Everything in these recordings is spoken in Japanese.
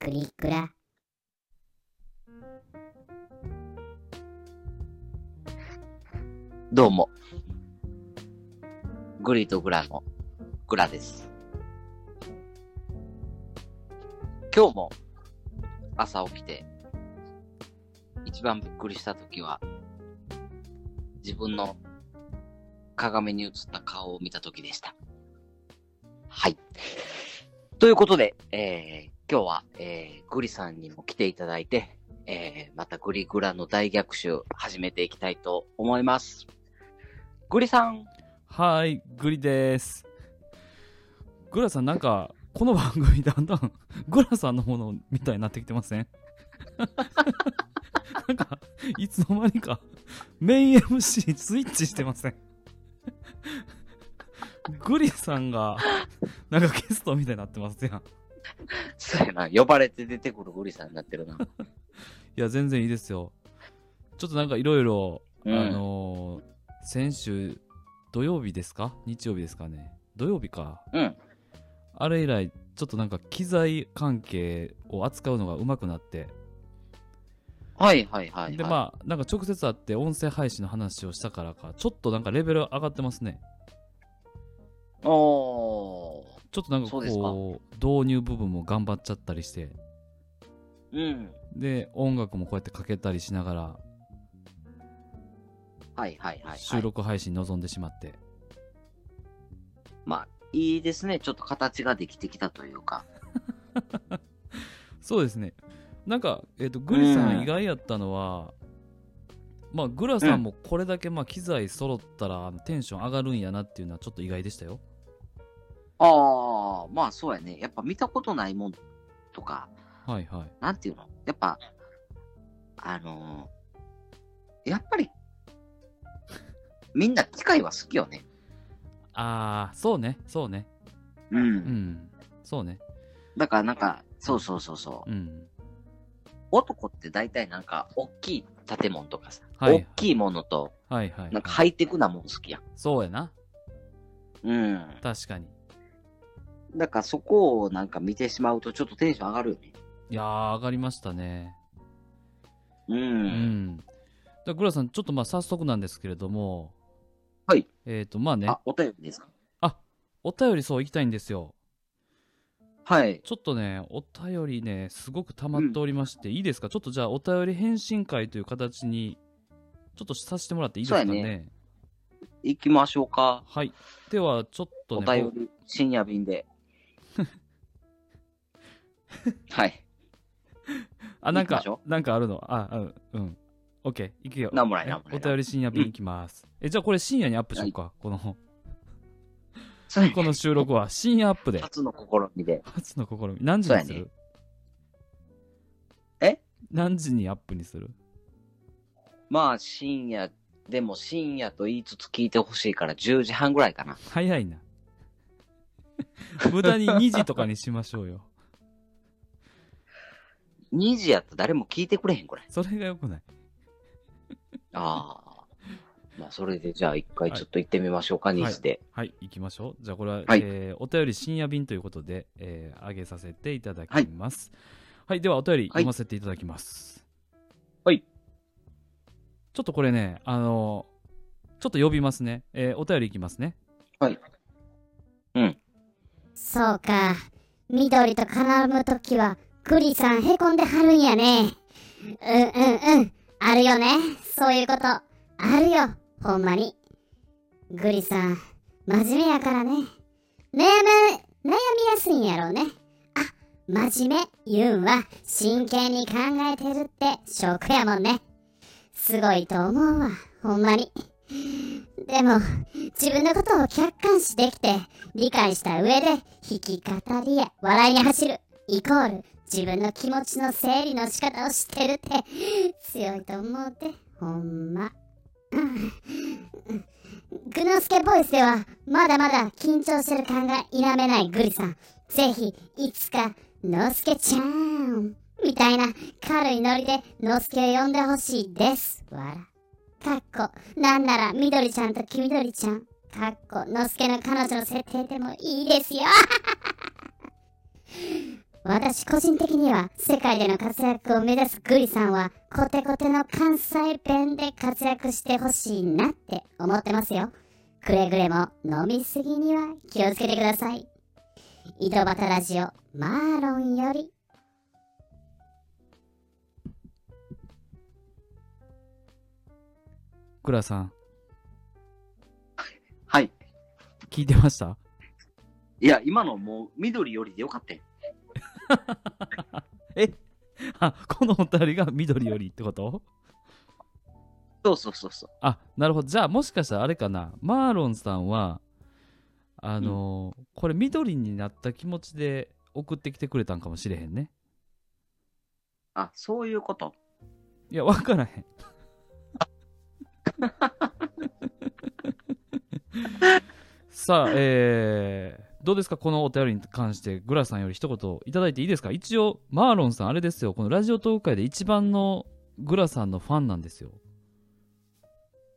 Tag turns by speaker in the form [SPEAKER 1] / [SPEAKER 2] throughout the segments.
[SPEAKER 1] くりくら。
[SPEAKER 2] どうも。グリとグラのグラです。今日も朝起きて、一番びっくりした時は、自分の鏡に映った顔を見た時でした。はい。ということで、えー今日は、えーグリさんにも来ていただいて、えーまたグリグラの大逆襲始めていきたいと思います。グリさん、
[SPEAKER 3] はい、グリです。グラさん、なんか、この番組だんだん、 グラさんのものみたいになってきてません なんか、いつの間にか、メイン MC スイッチしてません グリさんが、なんかゲストみたいになってますやん。い
[SPEAKER 2] そうやな、呼ばれて出てくるグリさんになってるな。
[SPEAKER 3] や、全然いいですよ。ちょっとなんかいろいろ、あ
[SPEAKER 2] うん
[SPEAKER 3] のー先週、土曜日ですか日曜日ですかね。土曜日か。
[SPEAKER 2] うん。
[SPEAKER 3] あれ以来、ちょっとなんか機材関係を扱うのが上手くなって、
[SPEAKER 2] はいはいはい、はい。
[SPEAKER 3] で、まあ、なんか直接会って音声配信の話をしたからか、ちょっとなんかレベル上がってますね。
[SPEAKER 2] あ、お
[SPEAKER 3] ちょっとなんか
[SPEAKER 2] そうですか
[SPEAKER 3] こう、導入部分も頑張っちゃったりして、
[SPEAKER 2] ー。うん。
[SPEAKER 3] で、音楽もこうやってかけたりしなが
[SPEAKER 2] はいはいはい、は
[SPEAKER 3] ら、
[SPEAKER 2] い。
[SPEAKER 3] 収録配信臨んでしまって、
[SPEAKER 2] まあ、いいですね。ちょっと形ができてきたというか。
[SPEAKER 3] そうですね。なんか、えっ、と、グリさ
[SPEAKER 2] うん
[SPEAKER 3] ん意外やったのは、まあ、グラさんもこれだけまあ機材揃ったらあのテンション上がるんやなっていうのはちょっと意外でしたよ。
[SPEAKER 2] ああ、まあそうやね。やっぱ見たことないもんとか、
[SPEAKER 3] はいはい。
[SPEAKER 2] なんていうのやっぱ、あのーやっぱり、みんな機械は好きよね。
[SPEAKER 3] ああ、そうね、そうね。
[SPEAKER 2] うん。
[SPEAKER 3] うん。そうね。
[SPEAKER 2] だからなんか、そうそうそうそう。
[SPEAKER 3] うん。
[SPEAKER 2] 男って大体なんか、大きい建物とかさ、
[SPEAKER 3] はい
[SPEAKER 2] 大きいものと、
[SPEAKER 3] はいはい。
[SPEAKER 2] なんかハイテクなもん好きやん。
[SPEAKER 3] そうやな。
[SPEAKER 2] うん。
[SPEAKER 3] 確かに。
[SPEAKER 2] だからそこをなんか見てしまうとちょっとテンション上がるよね。
[SPEAKER 3] いやー、上がりましたね。
[SPEAKER 2] う。
[SPEAKER 3] うんん。じゃあ、グラさん、ちょっとまあ、早速なんですけれども。
[SPEAKER 2] はい。
[SPEAKER 3] えっ、と、まあね
[SPEAKER 2] あ、、お便りですか
[SPEAKER 3] お便りそう、行きたいんですよ。
[SPEAKER 2] はい。
[SPEAKER 3] ちょっとね、お便りね、すごく溜まっておりまして、いいですかちょっとじゃあ、お便り返信会という形に、ちょっとさせてもらっていいですか
[SPEAKER 2] そうや
[SPEAKER 3] ね。
[SPEAKER 2] 行きましょうか。
[SPEAKER 3] はい。では、ちょっと
[SPEAKER 2] お
[SPEAKER 3] ね、
[SPEAKER 2] 便り、深夜便 で。はい。
[SPEAKER 3] あ、なん
[SPEAKER 2] 行きま
[SPEAKER 3] か
[SPEAKER 2] しょ、
[SPEAKER 3] なんかあるの。あ、あうん。オッケー、行くよ。
[SPEAKER 2] なんもない
[SPEAKER 3] え
[SPEAKER 2] なんもない
[SPEAKER 3] お 便り深夜便行きます。え、じゃあこれ深夜にアップしようか。この、
[SPEAKER 2] そうやね
[SPEAKER 3] この収録は深夜アップで。
[SPEAKER 2] 初の試みで。
[SPEAKER 3] 初の試み。何時にす
[SPEAKER 2] そうや
[SPEAKER 3] る、
[SPEAKER 2] え
[SPEAKER 3] 何時にアップにする
[SPEAKER 2] まあ、深夜、でも深夜と言いつつ聞いてほしいから10時半ぐらいかな。
[SPEAKER 3] 早いな。無駄に2時とかにしましょうよ。
[SPEAKER 2] 2時やったら誰も聞いてくれへんくらい。
[SPEAKER 3] それがよくない。
[SPEAKER 2] ああ。 まあ、それでじゃあ一回ちょっと行ってみましょうか、2時で。
[SPEAKER 3] はい、行きましょう。じゃあこれは、
[SPEAKER 2] はい
[SPEAKER 3] えーお便り深夜便ということで、えー、上げさせていただきます。はい、ではお便り読ませていただきます。
[SPEAKER 2] はい。
[SPEAKER 3] ちょっとこれね、あのちょっと呼びますね。えーお便りいきますね。
[SPEAKER 1] そうか。緑と絡むときは、グリさんへこんではるんやね。うんうんうん。あるよね。そういうこと。あるよ。ほんまに。グリさん、真面目やからね。悩め、悩みやすいんやろうね。あ、真面目、言うんは、真剣に考えてるって証拠やもんね。すごいと思うわ。ほんまに。でも、自分のことを客観視できて、理解した上で弾き語りへ笑いに走るイコール自分の気持ちの整理の仕方を知ってるって強いと思うてほんま うんグノスケボイスではまだまだ緊張してる感が否めないグリさんぜひいつかのすけちゃんみたいな軽いノリでのすけを呼んでほしいですわらかっこなんならみどりちゃんときみどりちゃんかっこのすけの彼女の設定でもいいですよ。 私個人的には世界での活躍を目指すグリさんはコテコテの関西弁で活躍してほしいなって思ってますよ。くれぐれも飲みすぎには気をつけてください。井戸端ラジオマーロンより
[SPEAKER 3] グラさん、
[SPEAKER 2] はい。
[SPEAKER 3] 聞いてました
[SPEAKER 2] いや、今のもう、緑よりでよかったよ。
[SPEAKER 3] え あ、このお便りが緑よりってこと
[SPEAKER 2] そうそうそうそう。
[SPEAKER 3] あ、なるほど。じゃあ、もしかしたらあれかな。マーロンさんは、あのーこれ緑になった気持ちで送ってきてくれたんかもしれへんね。
[SPEAKER 2] あ、そういうこと。
[SPEAKER 3] いや、わからへん。さあ、えーどうですかこのお便りに関して、グラさんより一言いただいていいですか一応、マーロンさん、あれですよ、このラジオトーク界で一番のグラさんのファンなんですよ。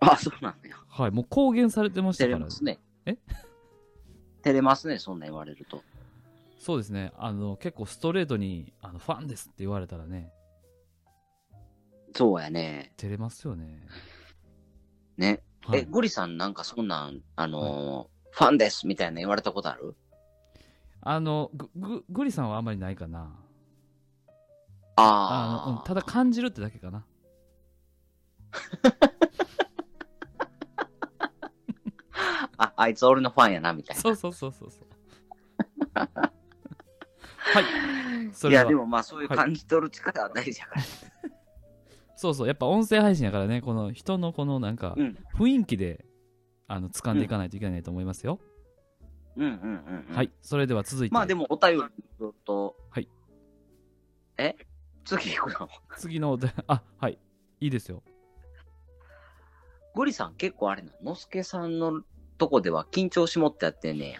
[SPEAKER 2] あ、そうなんだよ。
[SPEAKER 3] はい、もう公言されてました
[SPEAKER 2] 照
[SPEAKER 3] か
[SPEAKER 2] れ
[SPEAKER 3] ら
[SPEAKER 2] ま、すね。
[SPEAKER 3] え
[SPEAKER 2] 照れますね、そんな言われると。
[SPEAKER 3] そうですね、あの結構ストレートにあのファンですって言われたらね、
[SPEAKER 2] そうやね。
[SPEAKER 3] 照れますよね。
[SPEAKER 2] ね。
[SPEAKER 3] は
[SPEAKER 2] え、
[SPEAKER 3] い、
[SPEAKER 2] ゴリさんなんかそんなん、あのーファンですみたいな言われたことある
[SPEAKER 3] あのぐぐ、グリさんはあんまりないかな。あの
[SPEAKER 2] あ
[SPEAKER 3] うん、
[SPEAKER 2] あ、
[SPEAKER 3] ただ感じるってだけかな。
[SPEAKER 2] あ、あいつ俺のファンやな、みたいな。
[SPEAKER 3] そうそうそうそうそう。 はい。そ
[SPEAKER 2] い
[SPEAKER 3] れ
[SPEAKER 2] や、
[SPEAKER 3] は
[SPEAKER 2] でもまあそういう感じ取る力は大事やから。
[SPEAKER 3] そうそう。やっぱ音声配信やからね、この人のこのなんか
[SPEAKER 2] うん、
[SPEAKER 3] 雰囲気で、あの掴んでいかないといけないと思いますよ。
[SPEAKER 2] うん、うんうんうん。
[SPEAKER 3] はい。。それでは続いて、
[SPEAKER 2] まあでもお便りのと、
[SPEAKER 3] はい。
[SPEAKER 2] え次行くの
[SPEAKER 3] 次のお便り、あ、はい。いいですよ。
[SPEAKER 2] ゴリさん結構あれな、のすけさんのとこでは緊張しもってやってんねんや。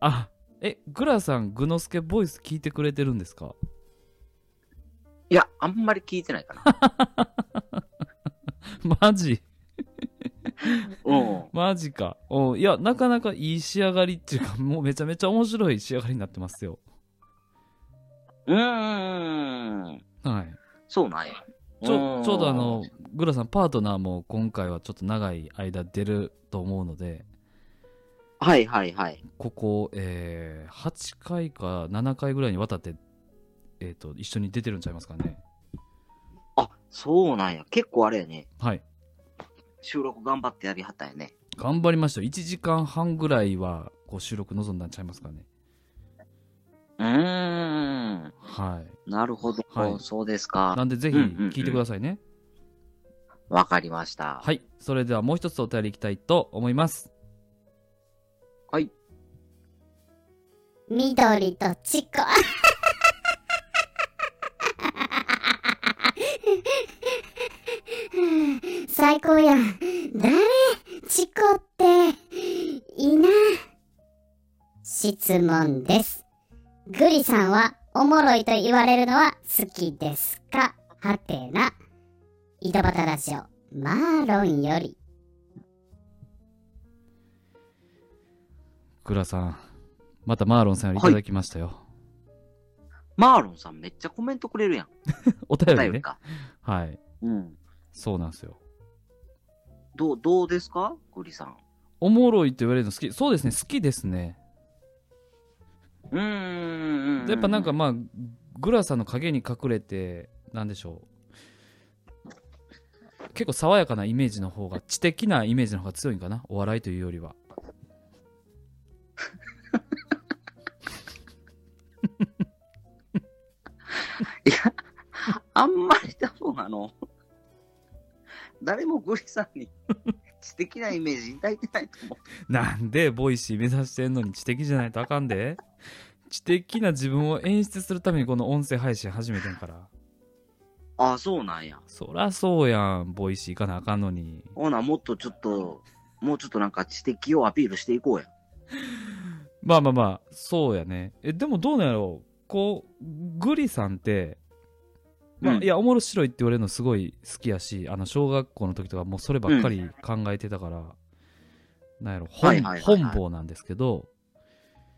[SPEAKER 3] あ、え、グラさん、グノスケボイス聞いてくれてるんですか
[SPEAKER 2] いや、あんまり聞いてないか な。
[SPEAKER 3] マジ
[SPEAKER 2] うん。
[SPEAKER 3] マジか。おいや、なかなかいい仕上がりっていうか、もうめちゃめちゃ面白い仕上がりになってますよ。
[SPEAKER 2] うーん。
[SPEAKER 3] はい。
[SPEAKER 2] そうなんや。
[SPEAKER 3] ちょ
[SPEAKER 2] ん
[SPEAKER 3] ちょうどあの、グラさん、パートナーも今回はちょっと長い間出ると思うので、
[SPEAKER 2] はいはいはい。
[SPEAKER 3] ここ、えー8回か7回ぐらいにわたって、えー、と一緒に出てるんちゃいますかね。
[SPEAKER 2] あ、そうなんや。結構あれやね。
[SPEAKER 3] はい。
[SPEAKER 2] 収録頑張ってやりはったんやね。
[SPEAKER 3] 頑張りましたよ。1時間半ぐらいはこう収録望んだんちゃいますかね。
[SPEAKER 2] うーん。
[SPEAKER 3] はい。
[SPEAKER 2] なるほど。
[SPEAKER 3] はい
[SPEAKER 2] そうですか。
[SPEAKER 3] なんでぜひ
[SPEAKER 2] うんうんうん
[SPEAKER 3] 聞いてくださいね。
[SPEAKER 2] わかりました。
[SPEAKER 3] はい。それではもう一つお便りいきたいと思います。
[SPEAKER 2] はい。
[SPEAKER 1] 緑とチコ。最高やん。誰チコって、いいな。質問です。グリさんはおもろいと言われるのは好きですかはてな。井戸端ラジオ、マーロンより。
[SPEAKER 3] グラさん、またマーロンさんよりいただきましたよ。
[SPEAKER 2] マーロンさんめっちゃコメントくれるやん。
[SPEAKER 3] お
[SPEAKER 2] お
[SPEAKER 3] 便り
[SPEAKER 2] 便り
[SPEAKER 3] ね。
[SPEAKER 2] か。
[SPEAKER 3] はい。
[SPEAKER 2] うん。
[SPEAKER 3] そうなんですよ。
[SPEAKER 2] どう、どうですかグリさん。
[SPEAKER 3] おもろいって言われるの好き。そうですね、好きですね。
[SPEAKER 2] うーん。
[SPEAKER 3] やっぱなんかまあグラさんの影に隠れてなんでしょう結構爽やかなイメージの方が知的なイメージの方が強いんかなお笑いというよりは
[SPEAKER 2] あんまり多分あの、誰もゴリさんに 知的なイメージ抱いてないと思
[SPEAKER 3] なんでボイシー目指してんのに知的じゃないとあかんで知的な自分を演出するためにこの音声配信始めてんから
[SPEAKER 2] う。ああ、そうなんや。
[SPEAKER 3] そらそうやんボイシー行かなあかんのに
[SPEAKER 2] ほな、もっとちょっと、もうちょっとなんか知的をアピールしていこうや。
[SPEAKER 3] まあまあまあそうやねえでもどうなんやろうこうグリさんってまあ、
[SPEAKER 2] うん
[SPEAKER 3] いや、おもろしろいって言われるのすごい好きやし、あの、小学校の時とかもうそればっかり考えてたから、なんやろ、本、
[SPEAKER 2] はいはいはいはい
[SPEAKER 3] 本望なんですけど、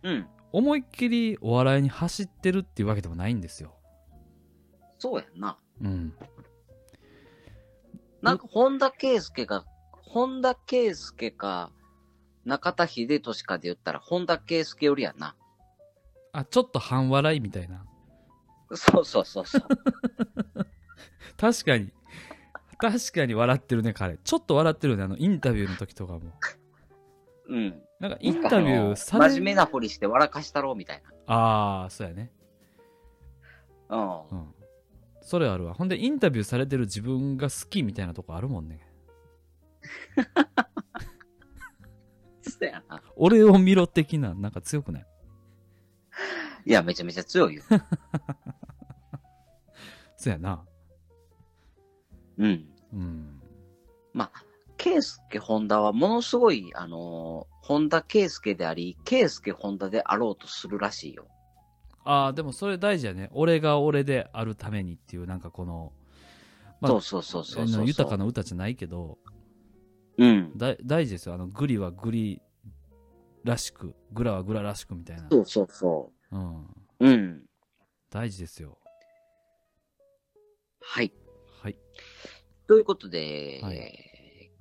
[SPEAKER 2] うん。
[SPEAKER 3] 思いっきりお笑いに走ってるっていうわけでもないんですよ。
[SPEAKER 2] そうやんな。
[SPEAKER 3] うん。
[SPEAKER 2] なんか、本田圭佑が、本田圭佑か、中田秀俊かで言ったら、本田圭佑よりやんな。
[SPEAKER 3] あ、ちょっと半笑いみたいな。
[SPEAKER 2] そうそうそう そう。
[SPEAKER 3] 確かに。確かに笑ってるね、彼。ちょっと笑ってるよね、あの、インタビューの時とかも。
[SPEAKER 2] うん。
[SPEAKER 3] なんか、インタビューされ
[SPEAKER 2] 真面目なふりして笑かしたろうみたい
[SPEAKER 3] ああ、そうやね。
[SPEAKER 2] な。うん。
[SPEAKER 3] うん。それあるわ。ほんで、インタビューされてる自分が好きみたいなとこあるもんね。
[SPEAKER 2] そうやな。
[SPEAKER 3] 俺を見ろ的な、なんか強くない
[SPEAKER 2] いや、めちゃめちゃ強いよ。
[SPEAKER 3] そうやな。
[SPEAKER 2] うん。
[SPEAKER 3] うん。
[SPEAKER 2] まあ、ケイスケ・ホンダはものすごい、あのー、ホンダ・ケイスケであり、ケイスケ・ホンダであろうとするらしいよ。
[SPEAKER 3] ああ、でもそれ大事やね。俺が俺であるためにっていう、なんかこの、まあ
[SPEAKER 2] そうそうそうそう
[SPEAKER 3] あ
[SPEAKER 2] そ
[SPEAKER 3] の
[SPEAKER 2] う。
[SPEAKER 3] 豊かな歌じゃないけど、
[SPEAKER 2] うん。
[SPEAKER 3] だ大事ですよ。あの、グリはグリらしく、グラはグラらしくみたいな。
[SPEAKER 2] そうそうそ
[SPEAKER 3] うん。
[SPEAKER 2] う。うん。
[SPEAKER 3] 大事ですよ。
[SPEAKER 2] はい。
[SPEAKER 3] はい。
[SPEAKER 2] ということで、
[SPEAKER 3] はい
[SPEAKER 2] えー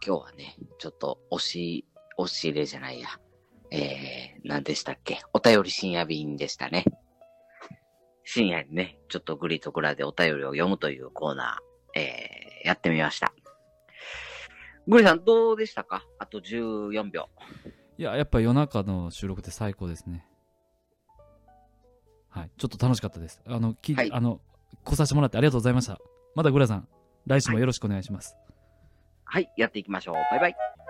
[SPEAKER 2] 今日はね、ちょっと、押し、押し入れじゃないや。えー、何でしたっけお便り深夜便でしたね。深夜にね、ちょっとグリとグラでお便りを読むというコーナー、えー、やってみました。グリさん、どうでしたかあと14秒。
[SPEAKER 3] いや、やっぱ夜中の収録って最高ですね。はい。ちょっと楽しかったです。あの、き、
[SPEAKER 2] はい
[SPEAKER 3] あの、来させてもらってありがとうございました。またグラさん、来週もよろしくお願いします。
[SPEAKER 2] はい、やっていきましょう。バイバイ。